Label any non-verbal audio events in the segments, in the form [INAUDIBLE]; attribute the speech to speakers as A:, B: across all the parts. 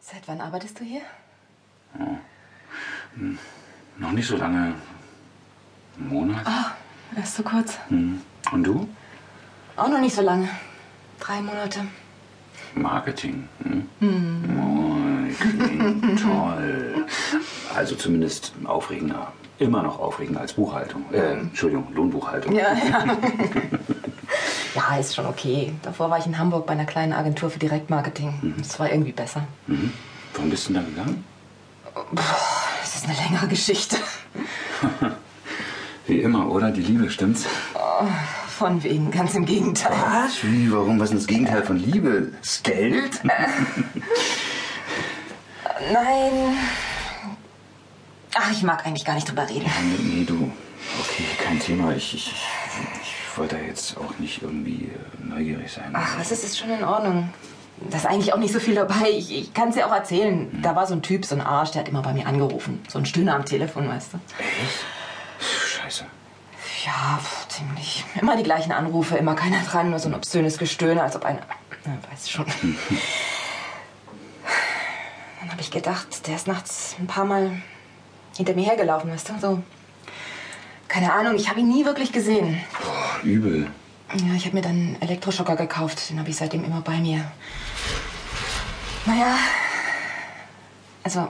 A: Seit wann arbeitest du hier?
B: Noch nicht so lange. Ein Monat?
A: Erst so kurz.
B: Hm. Und du?
A: Auch noch nicht so lange. Drei Monate.
B: Marketing. Hm? Oh, klingt toll. Also zumindest aufregender. Immer noch aufregender als Buchhaltung. Äh, Entschuldigung, Lohnbuchhaltung.
A: Ja, ja. [LAUGHS] ja, ist schon okay. Davor war ich in Hamburg bei einer kleinen Agentur für Direktmarketing. Das war irgendwie besser.
B: Mhm. Warum bist du denn da gegangen?
A: Das ist eine längere Geschichte.
B: Wie immer, oder? Die Liebe, stimmt's?
A: Von wegen, ganz im Gegenteil.
B: Was? Wie? Warum? Was ist denn das Gegenteil von Liebe? Das Geld?
A: Nein. Ach, ich mag eigentlich gar nicht drüber reden.
B: Nee, nee, du. Okay, kein Thema. Ich, ich, ich wollte da jetzt auch nicht irgendwie äh, neugierig sein.
A: Ach, was ist, ist schon in Ordnung. Da ist eigentlich auch nicht so viel dabei. Ich, ich kann es dir auch erzählen. Da war so ein Typ, so ein Arsch, der hat immer bei mir angerufen. So ein Stöhner am Telefon, weißt du.
B: Scheiße.
A: Ja, pf, ziemlich. Immer die gleichen Anrufe, immer keiner dran, nur so ein obszönes Gestöhne, als ob einer. Na, weißt schon. Dann habe ich gedacht, der ist nachts ein paar Mal hinter mir hergelaufen, weißt du? So. Keine Ahnung, ich habe ihn nie wirklich gesehen.
B: Boah, übel.
A: Ja, ich habe mir dann einen Elektroschocker gekauft. Den habe ich seitdem immer bei mir. Naja, also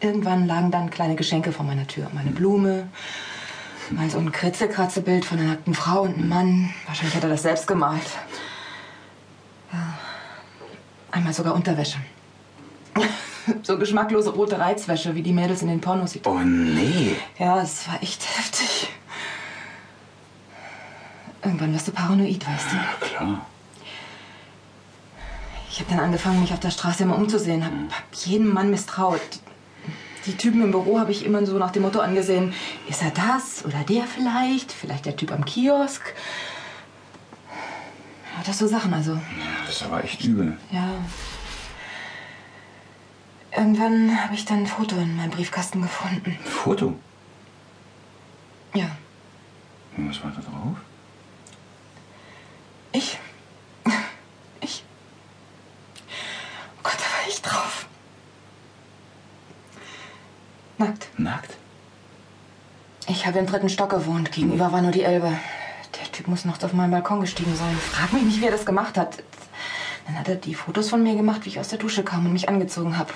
A: irgendwann lagen dann kleine Geschenke vor meiner Tür. Meine Blume, mal so ein Kritzelkratzebild von einer nackten Frau und einem Mann. Wahrscheinlich hat er das selbst gemalt. Ja. Einmal sogar Unterwäsche. [LAUGHS] so geschmacklose rote Reizwäsche, wie die Mädels in den Pornos sieht.
B: Oh nee.
A: Ja, es war echt heftig. Irgendwann wirst du paranoid, weißt du.
B: Klar.
A: Ich habe dann angefangen, mich auf der Straße immer umzusehen, habe hab jedem Mann misstraut. Die Typen im Büro habe ich immer so nach dem Motto angesehen, ist er das oder der vielleicht, vielleicht der Typ am Kiosk. Ja, das so Sachen, also,
B: Ja, Das ist aber echt übel.
A: ja. Irgendwann habe ich dann ein Foto in meinem Briefkasten gefunden.
B: Foto.
A: Ja,
B: Und Was war da drauf?
A: ich. [LAUGHS] Ich. Oh Gott, da war ich drauf. Nackt.
B: Nackt?
A: Ich habe im dritten Stock gewohnt. Gegenüber war nur die Elbe. Der Typ muss nachts auf meinen Balkon gestiegen sein. Frag mich nicht, wie er das gemacht hat. Dann hat er die Fotos von mir gemacht, wie ich aus der Dusche kam und mich angezogen habe.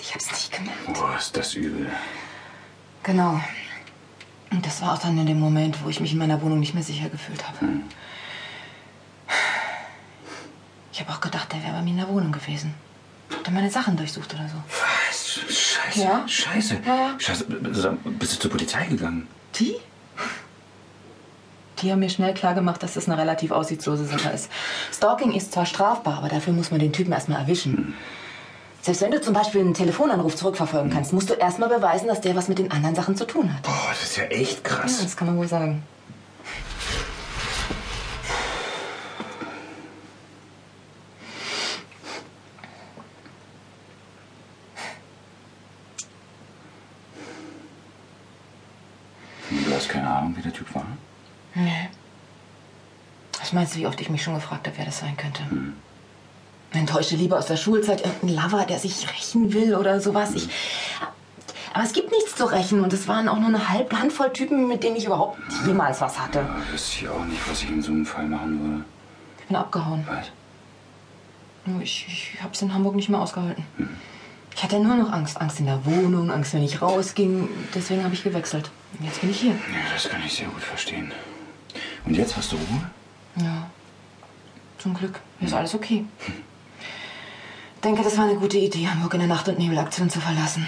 A: Ich hab's nicht gemerkt.
B: Boah, ist das übel.
A: Genau. Und das war auch dann in dem Moment, wo ich mich in meiner Wohnung nicht mehr sicher gefühlt habe. Ich habe auch gedacht, der wäre bei mir in der Wohnung gewesen. Hat er meine Sachen durchsucht oder so.
B: Was? Scheiße.
A: Ja?
B: Scheiße.
A: Ja, ja.
B: Scheiße. Sag, Bist du zur Polizei gegangen?
A: Die? Die haben mir schnell klar gemacht, dass das eine relativ aussichtslose Sache ist. Stalking ist zwar strafbar, aber dafür muss man den Typen erstmal erwischen. Selbst wenn du zum Beispiel einen Telefonanruf zurückverfolgen kannst, musst du erstmal beweisen, dass der was mit den anderen Sachen zu tun hat.
B: Boah, das ist ja echt krass.
A: Ja, das kann man wohl sagen.
B: Du hast keine Ahnung, wie der Typ war?
A: Nee. Was meinst du, wie oft ich mich schon gefragt habe, wer das sein könnte? Eine enttäuschte Liebe aus der Schulzeit, irgendein Lover, der sich rächen will oder sowas. Ich, aber es gibt nichts zu rächen und es waren auch nur eine halbe Handvoll Typen, mit denen ich überhaupt jemals was hatte.
B: Ja, wüsste ich auch nicht, was ich in so einem Fall machen würde.
A: Ich bin abgehauen.
B: Was?
A: Ich, ich hab's in Hamburg nicht mehr ausgehalten. Ich hatte nur noch Angst. Angst in der Wohnung, Angst, wenn ich rausging. Deswegen habe ich gewechselt. Und jetzt bin ich hier.
B: Ja, das kann ich sehr gut verstehen. Und jetzt hast
A: [LAUGHS]
B: du Ruhe?
A: Ja. Zum Glück. Mir ist alles okay. Denke, das war eine gute Idee, Hamburg in der Nacht- und Nebelaktion zu verlassen.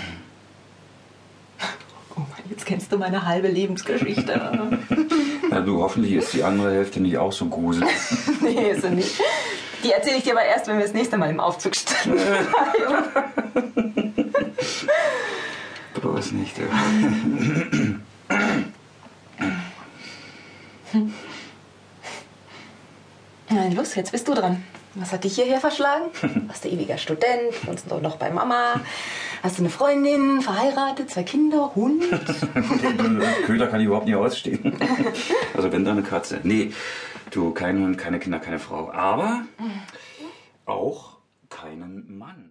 A: [LAUGHS] Oh Mann, jetzt kennst du meine halbe Lebensgeschichte.
B: Na du, hoffentlich ist die andere Hälfte nicht auch so gruselig.
A: [LAUGHS] [LAUGHS] nee, ist sie nicht. Die erzähle ich dir aber erst, wenn wir das nächste Mal im Aufzug stehen.
B: Bloß nicht. ey.
A: Nein, los, jetzt bist du dran. Was hat dich hierher [LAUGHS] verschlagen? Warst du ewiger Student, wohnst du noch bei Mama? Hast du eine Freundin, verheiratet, zwei Kinder, Hund?
B: Köder kann ich überhaupt nicht ausstehen. [LAUGHS] Also wenn, dann eine Katze. Nee, du, kein Hund, keine Kinder, keine Frau. Aber auch keinen Mann.